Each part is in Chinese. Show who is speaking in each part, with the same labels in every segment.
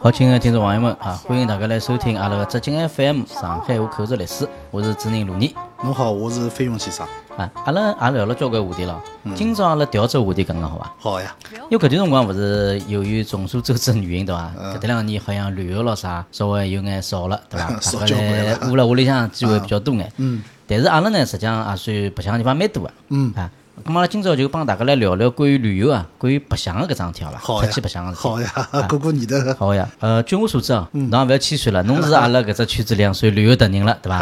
Speaker 1: 好，亲爱的听众朋友们啊，欢迎大家来收听阿拉个浙江 FM 上海话口述历史，我是主持人卢尼
Speaker 2: 侬好，我是飞勇先生。
Speaker 1: 啊。阿拉也聊了交关话题了，
Speaker 2: 嗯
Speaker 1: 今朝阿拉调只话题讲讲好伐？
Speaker 2: 好呀，
Speaker 1: 因为搿段辰光勿是由于众所周知的原因对伐？
Speaker 2: 嗯
Speaker 1: 搿两年好像旅游咯啥稍微有眼少了对伐？
Speaker 2: 少
Speaker 1: 大家
Speaker 2: 交关
Speaker 1: 来
Speaker 2: 了
Speaker 1: 窝辣屋里向机会比较多眼。嗯。但是阿拉呢，实际上也算白相的地方蛮多的。嗯。啊，咁阿拉今朝就帮大家来聊聊关于旅游啊，关于白相的搿桩事体好伐？
Speaker 2: 好
Speaker 1: 出
Speaker 2: 呀
Speaker 1: 去白相的，事体。
Speaker 2: 好呀， 过过你的。
Speaker 1: 啊好呀，呃，据我所知啊，
Speaker 2: 嗯
Speaker 1: 侬也勿要谦虚了，侬是阿拉搿只圈子里向算旅游达人了， 对伐？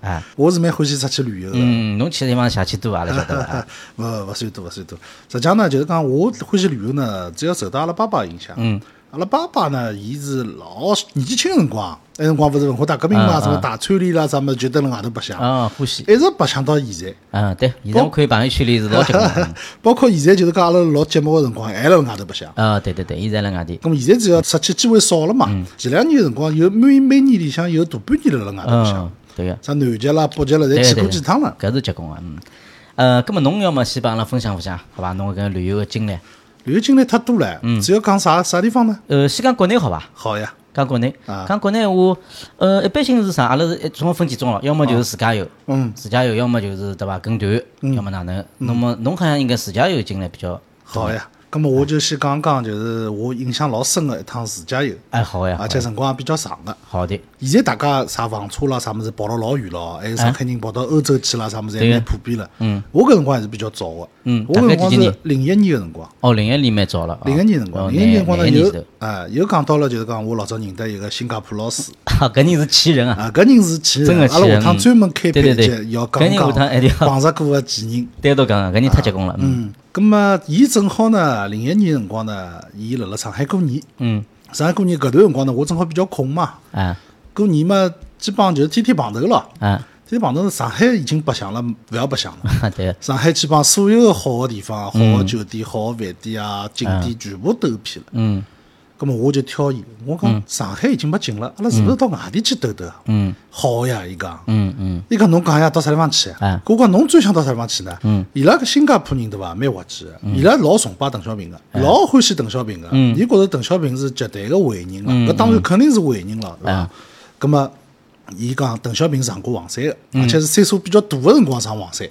Speaker 1: 啊，
Speaker 2: 我是蛮欢喜出去旅游的，
Speaker 1: 嗯，侬去的地方下去多阿拉晓得伐？ 啊
Speaker 2: 勿勿算多，勿算多。实际上呢，就是讲我欢喜旅游呢，主要受到阿拉爸爸影响。嗯，阿拉爸爸呢，伊是老年纪轻的辰光，那辰光勿是文化大革命啊嘛，什么大川里啦，什么就蹲辣外头白相，
Speaker 1: 啊，欢喜，
Speaker 2: 一直白相到现在。
Speaker 1: 嗯，对，现在我看朋友圈里是老结棍
Speaker 2: 哦
Speaker 1: 的，
Speaker 2: 包括现在就是讲阿拉录节目个辰光，还辣外头白相。
Speaker 1: 啊，对对对，现在辣外 地，
Speaker 2: 咁么现在只要出去机会少了嘛，
Speaker 1: 嗯
Speaker 2: 前两年个辰光有每每年里向有大半年辣辣外头白相
Speaker 1: 嗯，，对个，
Speaker 2: 啥南极啦、北极啦，
Speaker 1: 对
Speaker 2: 侪
Speaker 1: 个对
Speaker 2: 去过
Speaker 1: 个，
Speaker 2: 几趟了。
Speaker 1: 搿是结棍个，嗯，呃，葛末侬要么先帮阿拉分享分享，好伐？侬搿旅游个经历，
Speaker 2: 旅游经历太多了，
Speaker 1: 嗯
Speaker 2: 只要讲啥啥地方呢？
Speaker 1: 呃，先讲国内好伐？
Speaker 2: 好呀，
Speaker 1: 讲国内，
Speaker 2: 啊
Speaker 1: 讲国内话，呃，一般性是啥？阿拉是一总共分几种咯，要么就是自驾游，
Speaker 2: 啊嗯，
Speaker 1: 自驾游，要么就是对伐，跟团，要么哪能？那么侬好像应该自驾游经历比较，
Speaker 2: 好呀。咁么我就先讲讲，就是我印象老深个一趟自驾游，
Speaker 1: 哎，好呀，
Speaker 2: 而且辰光也比较长个。
Speaker 1: 好的，
Speaker 2: 现在大家啥房车啦啥物事跑到老远咯，还有上海人跑到欧洲去啦啥物事，还
Speaker 1: 啊对
Speaker 2: 蛮普遍了。嗯，我搿辰光还是比较早个。
Speaker 1: 嗯
Speaker 2: 我搿辰光
Speaker 1: 大概几几
Speaker 2: 是零一年个辰光。
Speaker 1: 哦，零一年蛮早了，
Speaker 2: 零一年辰光，
Speaker 1: 哦
Speaker 2: 零一年辰光呢
Speaker 1: 零一年是
Speaker 2: 有
Speaker 1: 的
Speaker 2: 啊，有讲到了，就是讲我老早认得一个新加坡老师
Speaker 1: 啊，搿人是奇人啊，
Speaker 2: 啊，搿人是奇
Speaker 1: 真
Speaker 2: 人，
Speaker 1: 的
Speaker 2: 阿
Speaker 1: 奇
Speaker 2: 拉
Speaker 1: 人
Speaker 2: 下趟专门开
Speaker 1: 对
Speaker 2: 辟
Speaker 1: 对
Speaker 2: 一
Speaker 1: 对
Speaker 2: 节，要
Speaker 1: 搿
Speaker 2: 讲
Speaker 1: 人下趟一定
Speaker 2: 讲
Speaker 1: 要
Speaker 2: 碰着过个奇人。
Speaker 1: 单独讲，搿人太结棍了，嗯
Speaker 2: 嗯，咁么伊正好呢，零一年辰光呢，伊辣辣上海过年。
Speaker 1: 嗯，
Speaker 2: 上海过年搿段辰光呢，我正好比较空嘛，
Speaker 1: 啊
Speaker 2: 过年嘛，基本上就是天天碰头了。
Speaker 1: 啊，
Speaker 2: 天天碰头，上海已经白相了，勿要白相 了。
Speaker 1: 对，
Speaker 2: 上海基本上所有好个地方、好个酒店、好个饭店啊、景点全部兜遍了。
Speaker 1: 嗯
Speaker 2: 咁么我就挑伊，我讲上海已经没景了，阿拉是勿是到外地去兜兜啊？
Speaker 1: 嗯
Speaker 2: 好呀，伊讲。
Speaker 1: 嗯嗯，
Speaker 2: 伊讲侬讲呀，到啥地方去
Speaker 1: 哎？
Speaker 2: 我讲侬最想到啥地方去呢？伊拉搿新加坡人对伐，蛮滑稽个，伊拉老崇拜邓小平个，老欢喜邓小平个。伊觉着邓小平是绝对个伟人了，搿当然肯定是伟人了，对伐？葛末伊讲邓小平上过黄山个，而且是岁数比较大个辰光上黄山。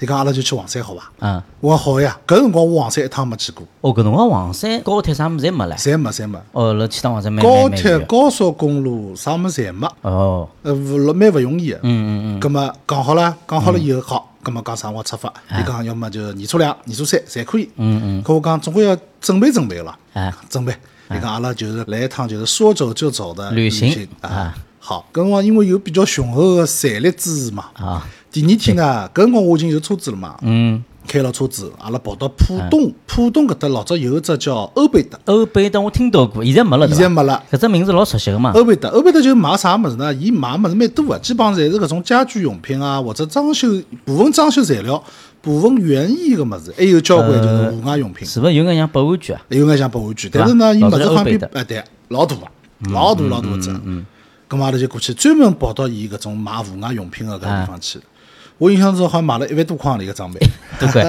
Speaker 2: 伊讲阿拉就去黄山好伐？
Speaker 1: 啊，
Speaker 2: 我讲好呀，搿辰光我黄山一趟没去过，
Speaker 1: 哦，搿辰光黄山高铁啥物事侪没了，
Speaker 2: 侪没侪没，
Speaker 1: 哦，辣去趟黄山蛮
Speaker 2: 高
Speaker 1: 蛮蛮
Speaker 2: 铁、
Speaker 1: 远的，
Speaker 2: 高速公路啥物事侪没。
Speaker 1: 哦，
Speaker 2: 呃，勿蛮勿容易个。嗯嗯嗯。嗯咁么讲好了，讲好了以后好，咁么讲啥辰光出发？伊讲要么就二车两、二车三，侪可以。嗯啊嗯。可我讲总归要准备准备个啦。
Speaker 1: 哎，
Speaker 2: 准备。伊讲阿拉就是来一趟就是说走就走的
Speaker 1: 旅行
Speaker 2: 行
Speaker 1: 啊
Speaker 2: 啊。好，搿辰光因为有比较雄厚个财力支持嘛。
Speaker 1: 啊。
Speaker 2: 第二天呢，搿辰光我已经有车子了嘛。
Speaker 1: 嗯，
Speaker 2: 开了车子，阿拉跑到浦东，浦东搿搭老早有一只叫欧贝德，
Speaker 1: 欧贝德我听到过，现在没了，对
Speaker 2: 现
Speaker 1: 伐
Speaker 2: 在没了。
Speaker 1: 搿只名字老熟悉个嘛，
Speaker 2: 欧贝德，欧贝德就是买啥物事呢？伊买物事蛮多个，啊基本上侪是搿种家居用品啊，或者装修部分装修材料，部分园艺个物事，还有交关就是户外用品，
Speaker 1: 是勿是有眼像保安 局啊？
Speaker 2: 还有眼像博物馆。
Speaker 1: 吧
Speaker 2: 但是呢，伊
Speaker 1: 老
Speaker 2: 物
Speaker 1: 早
Speaker 2: 事
Speaker 1: 欧
Speaker 2: 好像
Speaker 1: 贝
Speaker 2: 比
Speaker 1: 德
Speaker 2: 哎对，老大个，老大老大个只。嗯，咁嘛阿拉就过去专门跑到伊搿种买户外用品个搿地方去。我印象中好像买了一万多块钿个 装备，
Speaker 1: 多块，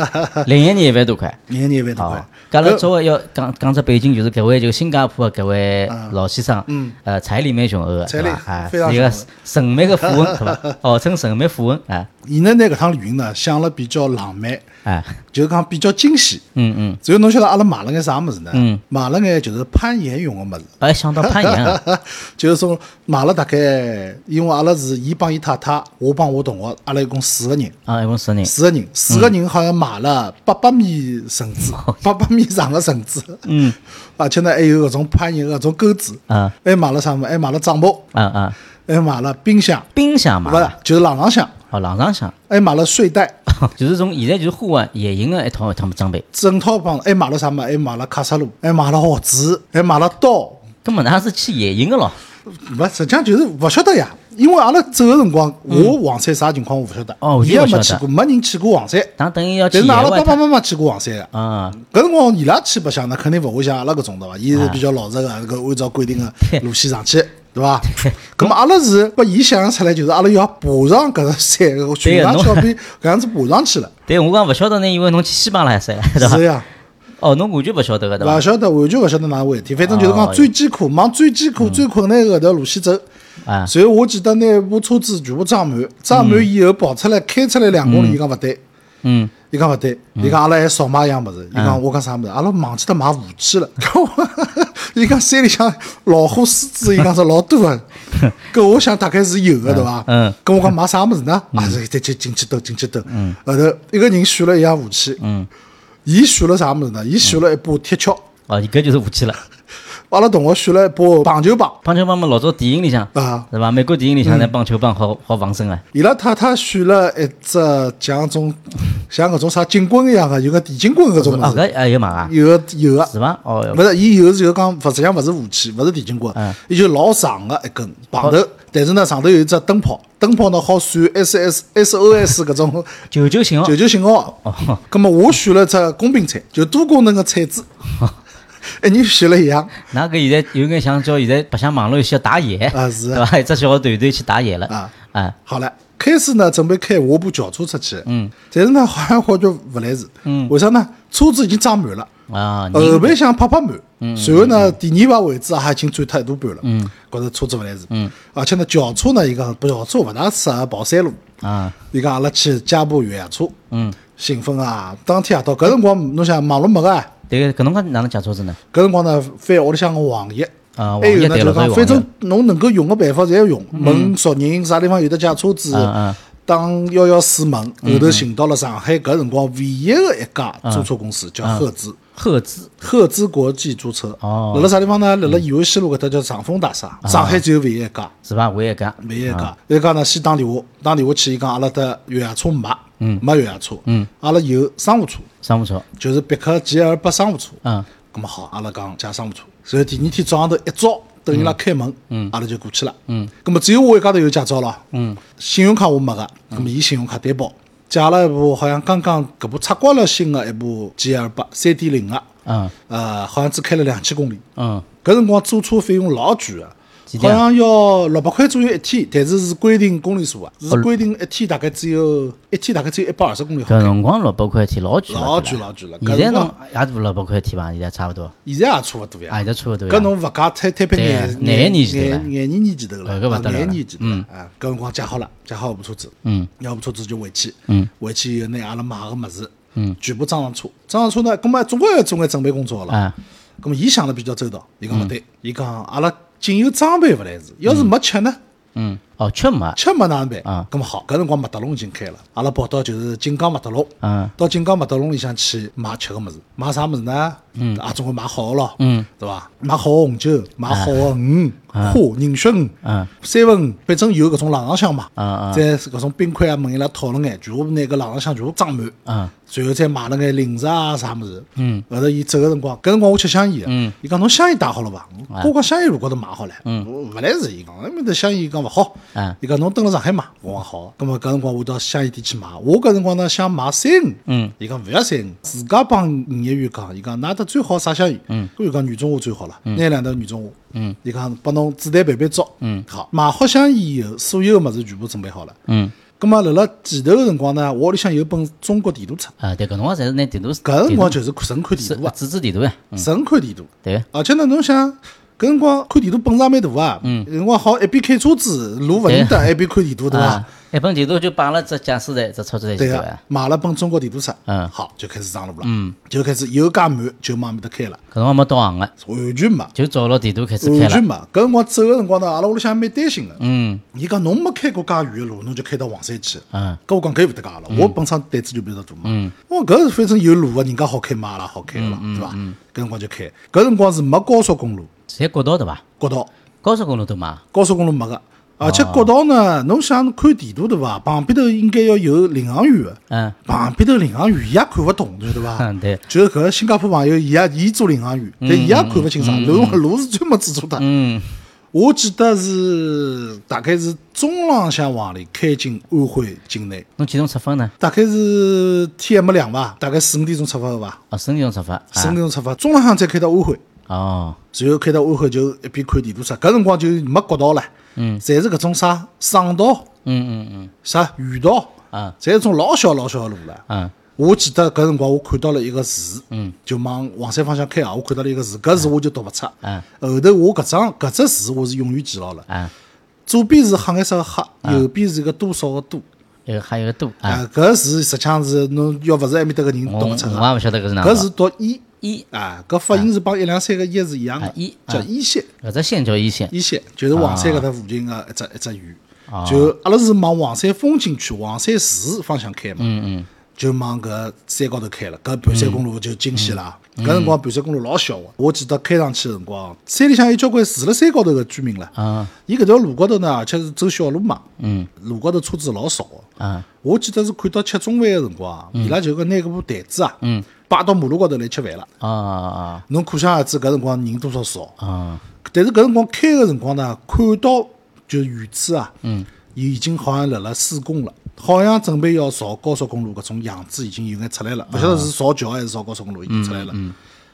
Speaker 1: 零一年一万多块。
Speaker 2: 一年一万多
Speaker 1: 好
Speaker 2: 块，。
Speaker 1: 搿拉稍微要讲讲只背景，就是搿位就新加坡搿位
Speaker 2: 啊
Speaker 1: 老先生，呃，财力蛮雄厚个，
Speaker 2: 财
Speaker 1: 对
Speaker 2: 力
Speaker 1: 伐？啊，
Speaker 2: 嗯非常
Speaker 1: 是一个
Speaker 2: 雄厚
Speaker 1: 神秘个富翁，对 伐？号称神秘富翁，啊
Speaker 2: 伊呢拿搿趟旅行呢想了比较浪漫，
Speaker 1: 啊，
Speaker 2: 就是讲比较惊喜。
Speaker 1: 嗯嗯，
Speaker 2: 然后侬晓得阿拉买了眼啥物事呢？买了眼就是攀岩用个物事，
Speaker 1: 哎，想到攀岩 啊，
Speaker 2: 就是说买了大概，因为阿拉是伊帮伊太太，我帮我同学，阿拉一共四个人，
Speaker 1: 啊，一共四人，
Speaker 2: 四个人，四个人好像买了八百米绳子，八百米长个绳子，嗯， 而且呢还有搿种攀岩搿种钩子，
Speaker 1: 啊
Speaker 2: 还买了啥物事？还买了帐篷，
Speaker 1: 啊啊，
Speaker 2: 还买了冰箱，
Speaker 1: 冰箱
Speaker 2: 勿
Speaker 1: 嘛，
Speaker 2: 是就是朗朗箱，
Speaker 1: 哦，朗上箱，
Speaker 2: 还买了睡袋，
Speaker 1: 就是从现在就是户外野营个一套一套装备。
Speaker 2: 整套帮还买了啥物事？还买了卡萨鲁，还买了盒子，还买了刀。
Speaker 1: 根本㑚是去野营个咯，
Speaker 2: 勿，实际上就是勿晓得呀，因为阿拉走个辰光，我黄山啥情况我勿晓得，
Speaker 1: 嗯哦
Speaker 2: 伊
Speaker 1: 你也
Speaker 2: 也
Speaker 1: 勿晓
Speaker 2: 没
Speaker 1: 得
Speaker 2: 去过，没人去过黄山，
Speaker 1: 但等于要去
Speaker 2: 但是
Speaker 1: 野
Speaker 2: 呢阿拉
Speaker 1: 外
Speaker 2: 爸爸
Speaker 1: 探
Speaker 2: 妈妈去过黄山个。
Speaker 1: 啊，
Speaker 2: 搿辰光伊拉去白相，那肯定勿会像阿拉搿种对伐？伊
Speaker 1: 嗯
Speaker 2: 是比较老实个，搿按照规定个路线上去，对伐？咁阿拉是把伊想象出来，就是阿拉要爬上搿个山，
Speaker 1: 对
Speaker 2: 寻
Speaker 1: 呀
Speaker 2: 上
Speaker 1: 侬
Speaker 2: 峭壁，搿样子爬上去了，
Speaker 1: 对我讲勿晓得呢，以为侬去西班牙还是啥，对伐？
Speaker 2: 是呀。
Speaker 1: 哦，侬完全勿晓得个对伐
Speaker 2: 勿？晓得，完全勿晓得哪能回事体，反正就是
Speaker 1: 哦嗯
Speaker 2: 讲最艰苦，往最艰苦、最困难搿条路线走。
Speaker 1: 啊，
Speaker 2: 随后我记得拿部车子全部装满，装满以后跑出来，开出来两公里，伊讲勿对，
Speaker 1: 嗯，
Speaker 2: 伊讲勿对，伊讲阿拉还少买一样物事，伊讲我讲啥物事，阿拉忘记脱买武器了。 伊讲山里向老虎、狮子，伊讲是老 多个，搿我想大概是有个对伐？
Speaker 1: 嗯嗯，
Speaker 2: 搿我讲买啥物事呢？啊，是再去进去兜，进去兜，后头一个人选了一样武器，嗯，伊选了啥物事呢？伊选了一把铁锹，
Speaker 1: 哦，搿就是武器了。
Speaker 2: 阿拉同学选了一把棒球棒。
Speaker 1: 棒球棒嘛，老早电影里向
Speaker 2: 啊
Speaker 1: 是伐？美国电影里向那棒球棒好好防身啊。
Speaker 2: 伊拉太太选了一只像种像搿种啥警棍一样个，有个电警棍搿种
Speaker 1: 啊，
Speaker 2: 物事，
Speaker 1: 搿哎有买啊？
Speaker 2: 嗯有个有个，
Speaker 1: 是伐？哦，哟
Speaker 2: 勿是伊有时候讲，勿实际上勿是武器，勿是电警棍
Speaker 1: 嗯，
Speaker 2: 伊就老长个一根棒头，但是呢上头有一只灯泡，灯泡呢好算 S S S O S 搿种
Speaker 1: 九九型号
Speaker 2: 求救信号
Speaker 1: 哦。
Speaker 2: 葛么我选了只工兵铲，就多功能个铲子，一人选了一样，
Speaker 1: 那个现在有眼像叫现在白相网络游戏要打野
Speaker 2: 啊是
Speaker 1: 对 伐？一只小团队去打野了
Speaker 2: 啊
Speaker 1: 啊
Speaker 2: 好了，开始呢准备开我部轿车出去，嗯，但是呢好像好久勿来事，嗯，为啥呢？车子已经装满了。
Speaker 1: 啊！人
Speaker 2: 后备箱拍拍满，
Speaker 1: 嗯
Speaker 2: 随后呢，第二排位置也已经占脱一大半了，觉着车子勿来事，
Speaker 1: 嗯
Speaker 2: 而且呢，轿车呢，伊讲轿车勿大适合跑山路，
Speaker 1: 啊嗯
Speaker 2: 伊讲阿拉去加部越野车，兴奋啊！当天夜到搿辰光，侬想网络没个啊，
Speaker 1: 对个，搿侬讲哪能借车子呢？
Speaker 2: 搿辰光呢翻屋里向个网页。
Speaker 1: 啊
Speaker 2: 还有
Speaker 1: 网页
Speaker 2: 呢，
Speaker 1: 对
Speaker 2: 就
Speaker 1: 了
Speaker 2: 是
Speaker 1: 还有网
Speaker 2: 讲，反正
Speaker 1: 页
Speaker 2: 侬能够用个办法侪要用，问熟人啥地方有得借车子
Speaker 1: 嗯嗯，
Speaker 2: 当幺幺四问，后头寻到了上海搿辰光唯一个一家
Speaker 1: 啊
Speaker 2: 租车公司，叫赫兹。
Speaker 1: 赫兹
Speaker 2: 赫兹国际租车，
Speaker 1: 哦
Speaker 2: 辣辣啥地方呢？辣辣友谊西路搿搭叫长丰大厦，上海只有唯一一家，
Speaker 1: 是伐？我也讲
Speaker 2: 唯一一家。一家呢，先打电话，打电话去伊讲阿拉搭越野车没，没越野车，阿拉有商务车，
Speaker 1: 商务车，
Speaker 2: 就是别克 GL 八商务车。
Speaker 1: 嗯
Speaker 2: 咁么好，阿拉讲借商务车。所以第二天早上头一早，等伊拉开门，
Speaker 1: 嗯
Speaker 2: 阿拉就过去了。嗯，咁么只有我一家头有驾照了。嗯，信用卡我没个，咁么伊信用卡担保，借了一部好像刚刚搿部擦光了新个一部 GL 八三点零个。
Speaker 1: 嗯
Speaker 2: 呃，好像只开了两千公里。
Speaker 1: 嗯
Speaker 2: 搿辰光租车费用老贵个，
Speaker 1: 几
Speaker 2: 好
Speaker 1: 钿啊
Speaker 2: 像要六百块左右一天，但是是规定公里数啊，
Speaker 1: 哦
Speaker 2: 是规定一天大概只有一天大概只有一百二十公里好
Speaker 1: 搿
Speaker 2: 开。
Speaker 1: 辰光六百块钱老贵了，
Speaker 2: 老
Speaker 1: 对
Speaker 2: 贵
Speaker 1: 伐
Speaker 2: 老贵了搿
Speaker 1: 现在
Speaker 2: 辰光
Speaker 1: 侬也是六百块钱伐？现在差不多，
Speaker 2: 现在也差勿多
Speaker 1: 啊，
Speaker 2: 呀
Speaker 1: 现。在差不多呀。
Speaker 2: 搿侬勿加摊摊拨
Speaker 1: 对啊
Speaker 2: 眼
Speaker 1: 廿一年前头了
Speaker 2: 眼眼年年前头了，
Speaker 1: 哦搿勿得了嗯
Speaker 2: 眼年前头了啊！搿辰光借好了，借好搿部车子，嗯，拿部车子就回去，嗯，回去以后拿阿拉买个物事，嗯，全部装上车，装上车呢，葛末总归要做眼准备工作了，
Speaker 1: 啊嗯
Speaker 2: 咁么伊想的比较周到，伊讲勿对，伊讲阿拉仅有装备勿来事，要是没吃呢，
Speaker 1: 嗯哦，确没
Speaker 2: 吃没哪能办？
Speaker 1: 啊
Speaker 2: 咁么好，搿辰光麦德龙已经开了，阿拉跑到就是锦江麦德龙，
Speaker 1: 啊
Speaker 2: 到锦江麦德龙里向去买吃个物事，买啥物事呢？嗯，啊，总归买好个咯，嗯，对伐？买好个红酒，买好个鱼、虾、凝血鱼、
Speaker 1: 啊
Speaker 2: 三文鱼，反正有搿种冷藏箱嘛，
Speaker 1: 啊啊
Speaker 2: 再是搿种冰块啊，问伊拉讨了眼，全部拿搿冷藏箱全部装满，
Speaker 1: 啊
Speaker 2: 随后再买了眼零食啊啥物事。嗯，后头伊走个辰光，搿辰光我吃香烟。嗯，伊讲侬香烟带好了伐？
Speaker 1: 啊
Speaker 2: 我讲香烟路高头买好了。嗯，勿来事。伊讲埃面搭香烟伊讲勿好
Speaker 1: 嗯。
Speaker 2: 伊讲侬蹲辣上海买，我讲好。葛末搿辰光我到香烟店去买，我搿辰光呢想买三五。嗯，伊讲勿要三五，自家帮营业员讲，伊讲㑚搭最好啥香烟？嗯，伊讲女中华最好了，拿两条女中华。嗯，伊讲帮侬子弹备备足。嗯，好，买好香烟以后，所有物事全部准备好了。
Speaker 1: 嗯
Speaker 2: 咁么，辣辣前头个辰光呢，我屋里向有本中国地图册，
Speaker 1: 啊，对，搿辰光侪是拿地图，
Speaker 2: 搿辰
Speaker 1: 地图
Speaker 2: 光就是纯看地
Speaker 1: 是
Speaker 2: 图啊，啊
Speaker 1: 纸质地图呀，
Speaker 2: 纯看地图。
Speaker 1: 对个。
Speaker 2: 而且呢，侬想，搿辰光看地图本事也蛮大啊，搿辰光好一边开车子，路勿认得，一边看地图，对伐
Speaker 1: 啊？，一本地图就摆了只驾驶台、只操作台前
Speaker 2: 对
Speaker 1: 头
Speaker 2: 个
Speaker 1: 啊。，
Speaker 2: 买了本中国地图册，
Speaker 1: 嗯
Speaker 2: 好，就开始上路了，嗯，就开始油加满，就往埃面搭开了，
Speaker 1: 搿辰光没导航个，
Speaker 2: 完全没，
Speaker 1: 就照牢地图开始开
Speaker 2: 完全
Speaker 1: 了。
Speaker 2: 没。搿辰光走个辰光呢，阿拉屋里向蛮担心个，
Speaker 1: 嗯
Speaker 2: 伊讲侬没开过介远个路，侬就开到黄山去，
Speaker 1: 嗯
Speaker 2: 搿我讲搿有勿搭界了，我本身胆子就比较大嘛。我讲搿反正有路个，人家好开嘛，阿拉好开个了，
Speaker 1: 嗯
Speaker 2: 对伐？搿辰光就开，搿辰光是没高速公路、
Speaker 1: 侪国道对伐？
Speaker 2: 国道，
Speaker 1: 高速公路都没啊
Speaker 2: 高速公路没个。
Speaker 1: 哦
Speaker 2: 而且国道呢，侬想看地图对伐？旁边头应该要有领航员个，
Speaker 1: 嗯
Speaker 2: 旁边头领航员伊也看勿懂，晓得伐？
Speaker 1: 嗯对
Speaker 2: 就是搿个新加坡朋友，伊也伊做领航员，但伊也看勿清爽，路路是专门指出的。
Speaker 1: 嗯
Speaker 2: 我记得是大概是中浪向往里开进安徽境内，
Speaker 1: 侬几点出发呢？
Speaker 2: 大概是天还没亮伐，大概四五点钟出发个伐，
Speaker 1: 哦，十五点钟出发。啊
Speaker 2: 四五点钟出发，中浪向再开到安徽，
Speaker 1: 哦，
Speaker 2: 随后开到安徽就一边看地图啥，搿辰光就没国道了，嗯，侪是搿种啥省道、
Speaker 1: 嗯嗯嗯
Speaker 2: 啥县道
Speaker 1: 啊，
Speaker 2: 侪是种老小老小个路了。
Speaker 1: 嗯
Speaker 2: 我记得搿辰光我看到了一个字，嗯，就往黄山方向开啊，我看到了一个字，搿字我就读勿出。
Speaker 1: 嗯，
Speaker 2: 后头我搿张搿只字我是永远记牢了。
Speaker 1: 啊，
Speaker 2: 左边是黑颜色个
Speaker 1: 嗯
Speaker 2: 黑，右边是一个多少个多。
Speaker 1: 有还有个度啊，
Speaker 2: 啊，搿字实际上是侬要勿是埃面搭个人
Speaker 1: 我
Speaker 2: 读
Speaker 1: 我
Speaker 2: 勿出个。
Speaker 1: 也勿晓得搿是哪
Speaker 2: 搿
Speaker 1: 个
Speaker 2: 是读一
Speaker 1: 一，
Speaker 2: 啊，搿发音是帮一两三个一是一样
Speaker 1: 啊
Speaker 2: 的，
Speaker 1: 一
Speaker 2: 叫
Speaker 1: 啊
Speaker 2: 一线。
Speaker 1: 搿只线叫一线，啊
Speaker 2: 一线，就是黄山搿搭附近个一只一只县。就阿拉是往黄山风景区、黄山市方向开嘛。
Speaker 1: 嗯
Speaker 2: 就往搿山高头开了，搿盘山公路就进去了。
Speaker 1: 嗯
Speaker 2: 搿辰光盘山公路老小个，我记得开上去个辰光，山里向有交关住辣山高头个居民了。
Speaker 1: 啊嗯
Speaker 2: 伊搿条路高头呢，而且是走小路嘛。路高头车子老少个。
Speaker 1: 啊
Speaker 2: 我记得是看到吃中饭个辰光啊，伊拉就搿拿搿部台子啊，
Speaker 1: 嗯
Speaker 2: 摆到马路高头来吃饭了。
Speaker 1: 啊啊
Speaker 2: 侬可想而知搿辰光人多少少。
Speaker 1: 啊
Speaker 2: 但是搿辰光开个辰光呢，看到就原处啊，嗯，已经好像辣辣施工了，好像准备要造高速公路搿种样子已经有眼出来了，勿晓得是造桥还是造高速公路已经出来了。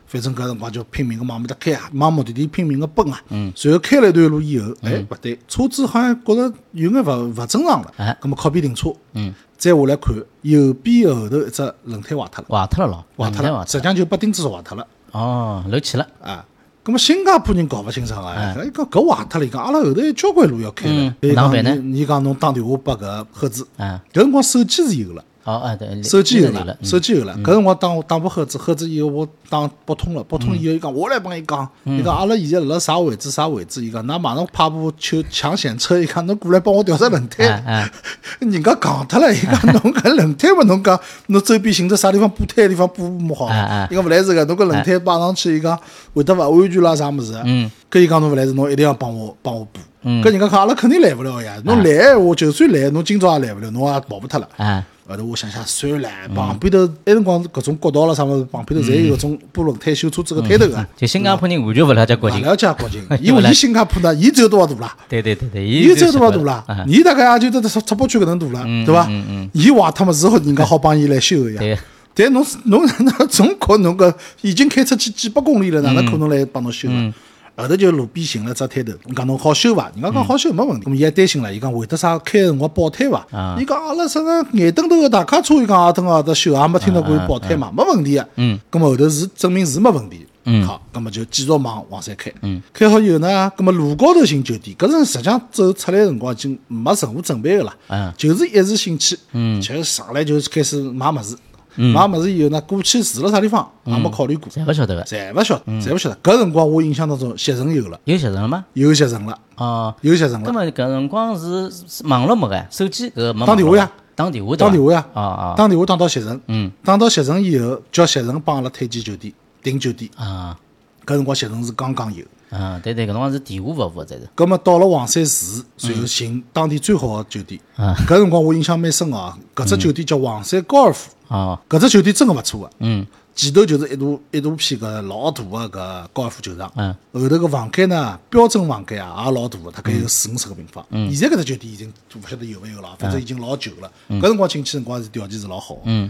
Speaker 2: 反正搿辰光就拼命个往面搭开啊，往目的地拼命个奔啊。嗯。随后开了一段路以后，哎，勿对，车子好像觉着有眼勿勿正常了。
Speaker 1: 哎
Speaker 2: 咁么靠边停车。啊嗯。再下来看，右边后头一只轮胎坏脱了，
Speaker 1: 坏脱了咯，
Speaker 2: 坏
Speaker 1: 轮
Speaker 2: 脱
Speaker 1: 胎
Speaker 2: 了，
Speaker 1: 坏
Speaker 2: 实
Speaker 1: 脱
Speaker 2: 际上就把钉子砸坏脱了。
Speaker 1: 哦，漏气了，
Speaker 2: 啊。咁么新加坡人搞勿清爽啊！伊讲搿坏脱了，伊讲阿拉后头有交关路要开了。伊
Speaker 1: 哎嗯哪
Speaker 2: 讲
Speaker 1: 办呢
Speaker 2: 你伊讲侬打电话拨搿赫子，
Speaker 1: 啊，
Speaker 2: 搿辰光手机是有了，
Speaker 1: 哦啊对，
Speaker 2: 手机有
Speaker 1: 里
Speaker 2: 了
Speaker 1: 了，，嗯
Speaker 2: 手机有了。搿辰光打打拨赫子，赫子以后我打拨通了，拨通了以后伊讲我来帮伊讲，
Speaker 1: 嗯
Speaker 2: 伊讲阿拉现在辣辣啥位置啥位置，伊讲㑚马上派部抢抢险车，伊讲侬过来帮我调只轮
Speaker 1: 啊
Speaker 2: 胎。
Speaker 1: 啊
Speaker 2: 人家戆脱了，伊讲侬搿轮胎嘛，侬讲侬周边寻着啥地方补胎的地方补补没好
Speaker 1: 啊啊，
Speaker 2: 伊讲勿来事个，侬搿轮胎摆上去，伊讲会得勿安全啦啥物事，嗯，搿伊讲侬勿来事，侬一定要帮我帮我补，搿人家讲阿拉肯定来勿了呀，侬来我就算来，侬今朝也来勿了，侬也跑勿脱了。
Speaker 1: 啊
Speaker 2: 后头我想想算了，旁边头埃辰光搿种国道啦啥物事，旁边头侪有搿种拨轮胎修车子个推头个，
Speaker 1: 就新加坡人完全勿了解国
Speaker 2: 勿
Speaker 1: 情，
Speaker 2: 了解国情，因为伊新加坡呢，伊只有多少大啦？
Speaker 1: 对对对对，
Speaker 2: 伊
Speaker 1: 伊
Speaker 2: 走
Speaker 1: 就习
Speaker 2: 多少大
Speaker 1: 惯了
Speaker 2: 啦
Speaker 1: 啊？
Speaker 2: 伊大概也就得出出包区搿能大了，对伐？伊坏脱么是好人家好帮伊来修呀。
Speaker 1: 对
Speaker 2: 但侬侬侬中国侬个已经开出去几百公里了，哪能可能来帮侬修啊？后头就路边寻了只摊头，讲侬好修伐？人家讲好修没问题。咁伊也担心了，伊讲会得啥开个辰光爆胎伐
Speaker 1: 啊？
Speaker 2: 伊讲阿拉啥个眼瞪头个大卡车，伊讲阿等阿搭修，也没听到过有爆胎嘛，没问题啊。嗯，咁后头是证明是没问题。
Speaker 1: 嗯
Speaker 2: 好，咁么就继续往黄山开。嗯，开好以后呢，咁么路高头寻酒店，搿阵实际上走出来的辰光已经没任何准备个啦。
Speaker 1: 嗯
Speaker 2: 就是一时兴起，嗯，就上来就开始买物事，
Speaker 1: 嗯
Speaker 2: 买物事以后呢，过去住了啥地方也没考虑过，
Speaker 1: 侪勿晓得个，
Speaker 2: 侪勿晓得，
Speaker 1: 嗯
Speaker 2: 侪勿晓得。搿辰光我印象当中，携程有了，
Speaker 1: 有学生了吗？
Speaker 2: 有携程了，
Speaker 1: 哦，
Speaker 2: 有携程
Speaker 1: 那
Speaker 2: 了，
Speaker 1: 么搿辰光是是网络没个，手机搿没
Speaker 2: 打电话呀
Speaker 1: 网络，打电话对伐
Speaker 2: 打电话呀，
Speaker 1: 啊啊
Speaker 2: 打电话打到携程，
Speaker 1: 嗯，
Speaker 2: 打到携程以后，叫携程帮阿拉推荐酒店，订酒店。
Speaker 1: 啊
Speaker 2: 搿辰光携程是刚刚有，
Speaker 1: 啊，对对，搿辰光是电话服务侪是
Speaker 2: 葛么到了黄山市，随后寻当地最好的酒店。
Speaker 1: 啊嗯
Speaker 2: 搿辰光我印象蛮深哦，搿只酒店叫黄山高尔夫，
Speaker 1: 哦，
Speaker 2: 搿只酒店真个勿错个。
Speaker 1: 嗯
Speaker 2: 前头就是一大一大片搿老大个搿高尔夫球场，
Speaker 1: 嗯
Speaker 2: 后头个房间呢，标准房间啊也老大个，大概有四五十个平方。
Speaker 1: 嗯
Speaker 2: 现在搿只酒店已经勿晓得有没有了，反正已经老旧了。搿辰光进去辰光是条件是老好。
Speaker 1: 嗯，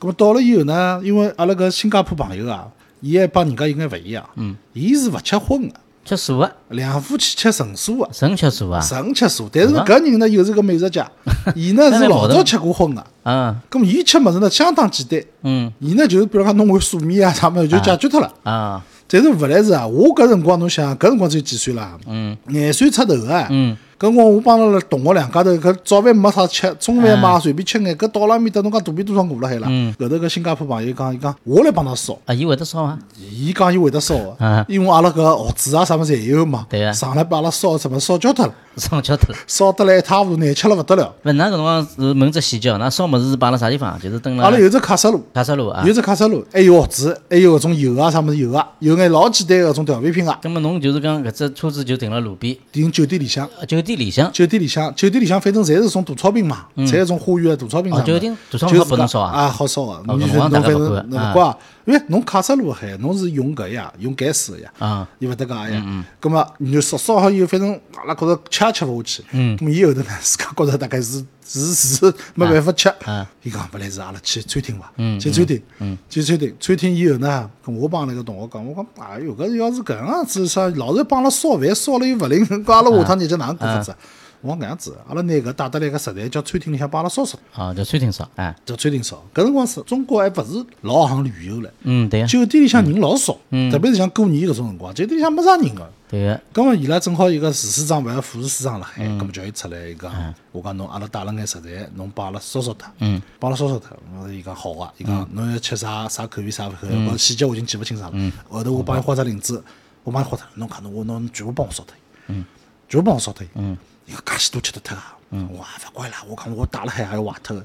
Speaker 2: 咁么到了以后呢，因为阿拉搿新加坡朋友啊，伊还帮人家有眼勿一样，嗯，伊是勿吃荤个，
Speaker 1: 吃素个，
Speaker 2: 两夫妻吃纯素个。
Speaker 1: 纯吃素啊，
Speaker 2: 纯吃素，但是
Speaker 1: 啊
Speaker 2: 搿人呢又是个美食 家，伊呢是老早吃过荤个，
Speaker 1: 啊
Speaker 2: 咁伊吃物事呢相当简单，
Speaker 1: 嗯
Speaker 2: 伊呢就是比如讲弄碗素面啊啥物事就解决脱了。
Speaker 1: 啊
Speaker 2: 但是勿来事啊！我搿辰光侬想，搿辰光只有几岁啦？嗯，廿岁出头啊。
Speaker 1: 嗯，
Speaker 2: 搿辰光我帮阿拉同学两家头，搿早饭没啥吃，中饭
Speaker 1: 啊
Speaker 2: 嘛随便吃眼。搿到了埃面搭，侬讲肚皮多少饿辣海啦？
Speaker 1: 嗯
Speaker 2: 后头搿新加坡朋友讲，伊讲我来帮他烧，
Speaker 1: 啊，伊会得烧吗？
Speaker 2: 伊讲伊会得烧
Speaker 1: 啊
Speaker 2: 个，因为阿拉搿学子啊啥物事侪有嘛。
Speaker 1: 对啊
Speaker 2: 上来把阿拉烧，怎么烧焦脱了？
Speaker 1: 烧焦脱了。
Speaker 2: 烧得来一塌糊涂，难吃了勿得了。
Speaker 1: 勿，㑚搿辰光是问只细节哦，㑚烧物事是摆辣啥地方？啊就是蹲辣
Speaker 2: 阿拉有只卡式炉，
Speaker 1: 卡萨路啊
Speaker 2: 有。只卡哎式炉，还有蚵子，还有搿种油啊啥物事油啊，有眼老简单个搿种调味品啊，
Speaker 1: 葛末侬就是讲搿只车子就停辣路边，
Speaker 2: 停酒店里向。
Speaker 1: 啊酒店里向
Speaker 2: 酒店里向，酒店里向反正侪是种大草坪嘛，侪是种花园啊，大草坪
Speaker 1: 嗯
Speaker 2: 啥
Speaker 1: 哦
Speaker 2: 的。
Speaker 1: 酒店大草
Speaker 2: 就
Speaker 1: 坪
Speaker 2: 是
Speaker 1: 好拨侬烧啊
Speaker 2: 讲啊，好烧啊。
Speaker 1: 哦
Speaker 2: 你
Speaker 1: 搿
Speaker 2: 就
Speaker 1: 辰光大
Speaker 2: 侬反
Speaker 1: 家
Speaker 2: 正
Speaker 1: 勿管
Speaker 2: 侬
Speaker 1: 啊
Speaker 2: 勿管啊，因为侬卡式炉海，侬是用搿呀，用搿水个呀。
Speaker 1: 啊，
Speaker 2: 伊勿搭界呀，咁么你就烧烧好以后，反正阿拉觉着吃也吃勿下去，嗯，咁伊后头呢，自家觉着大概是是是没办法吃
Speaker 1: 啊，
Speaker 2: 伊讲勿来事，阿拉去餐厅伐，去餐厅，去餐厅，餐厅以后呢，咁我帮那个同学讲，我讲，哎哟，搿要是搿样子啥，老是帮阿拉烧饭，烧了又勿灵，搿阿拉下趟日脚哪能过法子啊？我讲搿样子，阿拉拿搿带得来个食材叫餐厅里向帮阿拉烧烧，
Speaker 1: 啊，叫餐厅烧，哎，
Speaker 2: 叫餐厅烧。搿辰光是中国还勿是老行旅游唻，
Speaker 1: 嗯，对呀，
Speaker 2: 酒店里向人老少，特别是像过年搿种辰光，酒店里向没啥人个。
Speaker 1: 对个，
Speaker 2: 咁么伊拉正好一个厨师长勿是副厨师长辣海，咁么叫伊出来伊讲，我讲侬阿拉带了眼食材，侬帮阿拉烧烧它，帮阿拉烧烧它。我说伊讲好啊，伊讲侬要吃啥啥口味啥口味，我细节我已经记勿清爽了。后头我帮伊画只领子，我帮伊画脱，侬看侬我侬全部帮我烧脱伊，全部帮我烧脱伊。伊讲介许多吃得脱啊，我也勿怪啦，我讲我带了海还要坏脱个。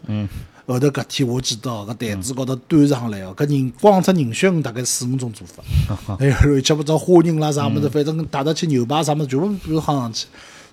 Speaker 2: 后头搿天我记得搿台子高头端上来哦，搿人光只人血大概四五种做法。哎呦，乱七八糟花人啦啥物事，反正带得去牛排啥物事，全部全部夯上去。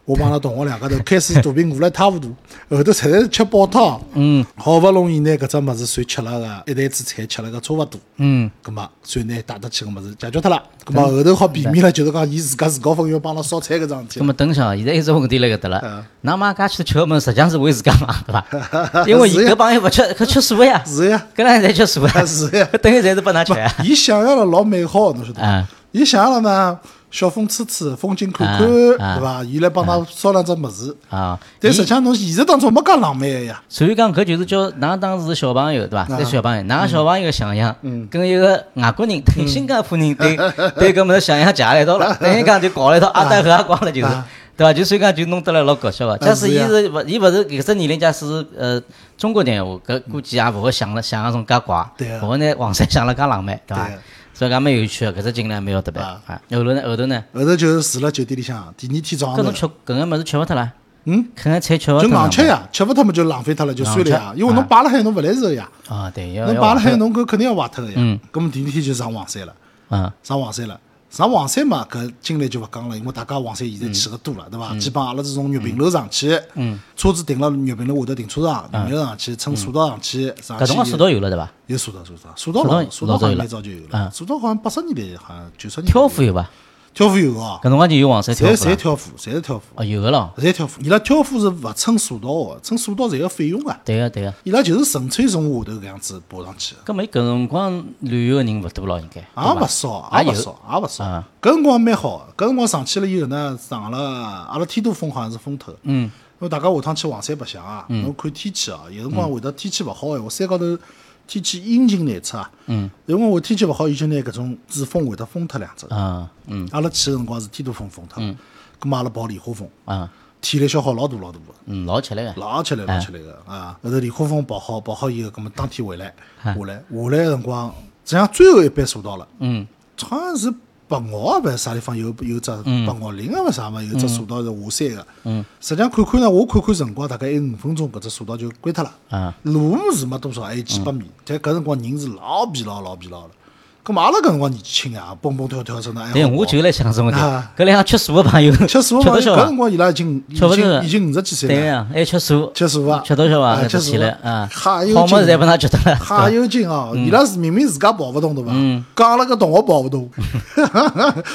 Speaker 2: 我帮阿拉同学两家头开始肚皮饿了一塌糊涂，后头实在是吃饱汤。嗯，好勿容易拿搿只物事算吃了个，一台子菜吃了个差勿多。嗯，葛末算拿带得去个物事解决脱了。葛末后头好避免了，就是讲伊自家自告奋勇帮阿拉烧菜搿桩事
Speaker 1: 那
Speaker 2: 体。
Speaker 1: 么等一下，现在一直问题来搿搭
Speaker 2: 啊
Speaker 1: 了，㑚妈介许多吃个物事，实际上是为自家买， 对 伐？因为伊
Speaker 2: 是呀
Speaker 1: 搿帮伊勿吃，搿吃素呀，
Speaker 2: 是呀，
Speaker 1: 搿两人侪吃素呀，
Speaker 2: 是呀
Speaker 1: 搿 等于侪是拨㑚吃呀，
Speaker 2: 伊想象了老美好，侬晓得伐
Speaker 1: 啊？
Speaker 2: 伊想象了呢，小风吹吹，风景看看，对
Speaker 1: 啊啊
Speaker 2: 伐？伊来帮他烧两只物事。
Speaker 1: 啊，
Speaker 2: 但实际上，侬现实当中没介浪漫个呀。
Speaker 1: 所以讲，搿就是叫㑚当时小朋友对
Speaker 2: 啊
Speaker 1: 伐？对小朋友，㑚小朋友个想象，
Speaker 2: 嗯
Speaker 1: 跟一个外国人、对新加坡人对 对搿物事想象结合辣一道了，等于讲就搞了一道啊阿搭和阿光了，就是
Speaker 2: 啊
Speaker 1: 对伐？就所以讲就弄得来老搞笑个。假使
Speaker 2: 是啊
Speaker 1: 伊
Speaker 2: 呀
Speaker 1: 是勿，伊勿是搿只年龄，假使是呃中国人话，搿估计也勿会想了想那种介怪
Speaker 2: 嗯对啊，
Speaker 1: 勿会拿黄山想了介浪漫，对伐
Speaker 2: 对啊？
Speaker 1: 所以讲蛮有趣个，搿只经历还蛮有特别
Speaker 2: 啊
Speaker 1: 啊。后头呢，后头呢，
Speaker 2: 后头就是住了酒店里向，第二天早
Speaker 1: 搿
Speaker 2: 上头
Speaker 1: 侬吃搿眼物事吃勿脱啦？
Speaker 2: 嗯，
Speaker 1: 搿眼菜吃勿
Speaker 2: 就
Speaker 1: 脱啦
Speaker 2: 硬吃呀，吃勿脱么就浪费脱了，就算了呀
Speaker 1: 嗯硬。吃
Speaker 2: 因为侬摆辣海，侬勿来事呀，
Speaker 1: 啊，对，要
Speaker 2: 侬
Speaker 1: 要
Speaker 2: 摆辣
Speaker 1: 往
Speaker 2: 海，
Speaker 1: 后
Speaker 2: 侬搿肯定要坏脱个呀。
Speaker 1: 嗯，
Speaker 2: 咁么第二天就上黄山了，
Speaker 1: 啊，
Speaker 2: 上黄山了。上黄山嘛，搿经历就勿讲了，因为大家黄山现在去个多
Speaker 1: 嗯
Speaker 2: 了，对伐？基本阿拉是从月平楼上去，嗯，车子停了月平楼下头停车场，月平楼上去，乘隧道上去，
Speaker 1: 嗯
Speaker 2: 上去
Speaker 1: 啊搿辰光
Speaker 2: 有
Speaker 1: 隧道有了对伐？
Speaker 2: 有隧道，隧道，隧道老，
Speaker 1: 隧
Speaker 2: 隧
Speaker 1: 道
Speaker 2: 道
Speaker 1: 有
Speaker 2: 好像
Speaker 1: 了
Speaker 2: 蛮早就有了
Speaker 1: 啊，
Speaker 2: 隧道好像八十年代，好像九十年代
Speaker 1: 挑夫有伐？
Speaker 2: 挑夫有个哦
Speaker 1: 搿，辰光就有黄山挑
Speaker 2: 侪
Speaker 1: 夫
Speaker 2: 侪
Speaker 1: 了。
Speaker 2: 挑夫，侪是挑夫。
Speaker 1: 哦，有个咯，
Speaker 2: 侪挑夫，伊拉挑夫是勿乘隧道个，乘隧道侪要费用个，啊
Speaker 1: 对个对个。
Speaker 2: 伊拉就是纯粹从下头搿样子爬上去的，
Speaker 1: 搿么伊搿辰光旅游个人勿多咯，应该。
Speaker 2: 也勿少，也
Speaker 1: 也有
Speaker 2: 勿少，也勿少
Speaker 1: 啊。
Speaker 2: 搿辰光蛮好的，搿辰光上去了以后呢，上了阿拉天都峰好像是封脱，嗯，因为大家下趟去黄山白相啊，侬看天气啊，有辰光会得天气勿好个闲话，山高头天气阴晴难测啊，嗯，有辰光会天气勿好，伊就拿搿种主峰会得封脱两只，
Speaker 1: 啊，嗯
Speaker 2: 阿拉去个辰光是天都峰封脱，咁嘛阿拉跑莲花峰，
Speaker 1: 啊
Speaker 2: 体力消耗老大老大个。
Speaker 1: 嗯，老吃力个。
Speaker 2: 老吃力老吃力个啊！后头李科峰跑好跑好以后，葛么当天回来下
Speaker 1: 哎
Speaker 2: 来下来个辰光，实际上最后一班隧道了。
Speaker 1: 嗯，
Speaker 2: 好像是白鹅还是啥地方有有只
Speaker 1: 嗯
Speaker 2: 白鹅岭啊，勿啥嘛，有只隧道是下山个。嗯，实际上看看呢，我看看辰光大概还有五分钟，搿只隧道就关脱了。
Speaker 1: 啊，嗯
Speaker 2: 路是没多少，还有几百米，但搿辰光人是老疲劳老疲劳了。葛么阿拉搿辰光年纪轻啊，蹦蹦跳跳真的还好
Speaker 1: 对，
Speaker 2: 跑。
Speaker 1: 我就来想这个问题，
Speaker 2: 啊
Speaker 1: 搿两吃素个朋友
Speaker 2: 吃 素嘛，
Speaker 1: 得
Speaker 2: 搿
Speaker 1: 消伐
Speaker 2: 辰？光伊拉已经已
Speaker 1: 吃勿
Speaker 2: 经
Speaker 1: 着
Speaker 2: 已经五十几岁了
Speaker 1: 对。啊呀，还吃素，
Speaker 2: 吃素伐？
Speaker 1: 吃到消伐？
Speaker 2: 哎
Speaker 1: 搿
Speaker 2: 吃
Speaker 1: 只
Speaker 2: 素
Speaker 1: 起来
Speaker 2: 伐
Speaker 1: 啊，好
Speaker 2: 哈
Speaker 1: 物
Speaker 2: 有劲
Speaker 1: 事侪拨㑚吃脱了。
Speaker 2: 哈有劲啊！
Speaker 1: 嗯
Speaker 2: 伊拉是明明自家跑勿动对伐？讲阿拉个同学跑勿动，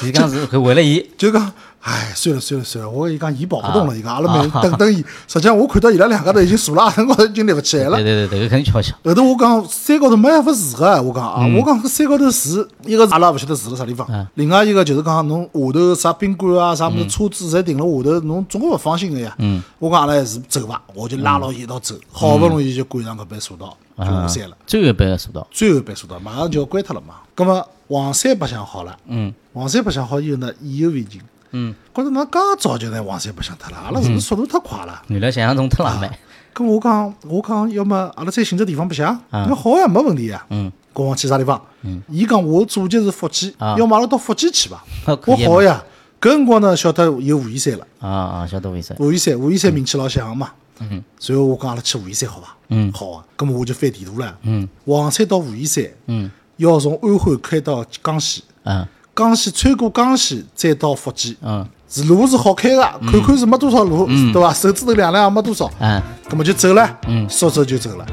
Speaker 1: 伊讲是搿为了伊，
Speaker 2: 就讲唉，算了算了算了，我伊讲伊跑勿动
Speaker 1: 啊
Speaker 2: 了，伊讲阿拉每
Speaker 1: 啊
Speaker 2: 等等伊。实际上我看到伊拉两家头已经坐辣阿拉 高头已经立勿起来
Speaker 1: 对对
Speaker 2: 了。
Speaker 1: 对，搿肯定吃勿消。
Speaker 2: 后头我讲山高头没办法住个，我讲啊，我讲搿山高头住，一个是阿拉勿晓得住辣啥地方，另外一个就是讲侬下头啥宾馆啊啥物事车子侪停了下头，侬总归勿放心个呀。我讲阿拉还是走伐，我就拉牢伊一道走，好勿容易就赶上搿班隧道，就下山了。
Speaker 1: 最后一班个隧道，
Speaker 2: 最后一班隧道马上就要关脱了嘛。咁么黄山白相好了，
Speaker 1: 嗯，
Speaker 2: 黄山白相好以后呢，意犹未尽，嗯，觉着哪介早就拿黄山白相脱了，阿拉是不是速度太快了？
Speaker 1: 原来想象中太浪漫。
Speaker 2: 咁我讲，我讲，要么阿拉再寻只地方白相，那好呀，没问题呀。啊嗯，跟我去啥地方？嗯，伊讲我祖籍是福建，
Speaker 1: 啊
Speaker 2: 要么阿拉到福建去吧。
Speaker 1: 啊
Speaker 2: 我
Speaker 1: 可以啊
Speaker 2: 好呀，搿辰光呢，晓得有武夷山了。
Speaker 1: 啊啊，晓得为啥？
Speaker 2: 武夷山，武夷山名气老响嘛。嗯。随后我讲阿拉去武夷山好伐？
Speaker 1: 嗯
Speaker 2: 好啊，咁么我就翻地图了。嗯。黄山到武夷山，嗯，要从安徽开到江西，
Speaker 1: 啊
Speaker 2: 江西穿过江西再到福建，
Speaker 1: 嗯
Speaker 2: 是路是好开个，看看是没多少路，对伐？手指头量量也没多少，
Speaker 1: 啊，
Speaker 2: 咁么就走了，嗯，说走就走了。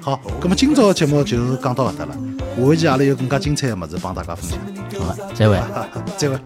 Speaker 2: 好，咁么今朝个节目就讲到搿搭了，下一期阿拉有更加精彩个物事帮大家分享，
Speaker 1: 好，再会。
Speaker 2: 再会。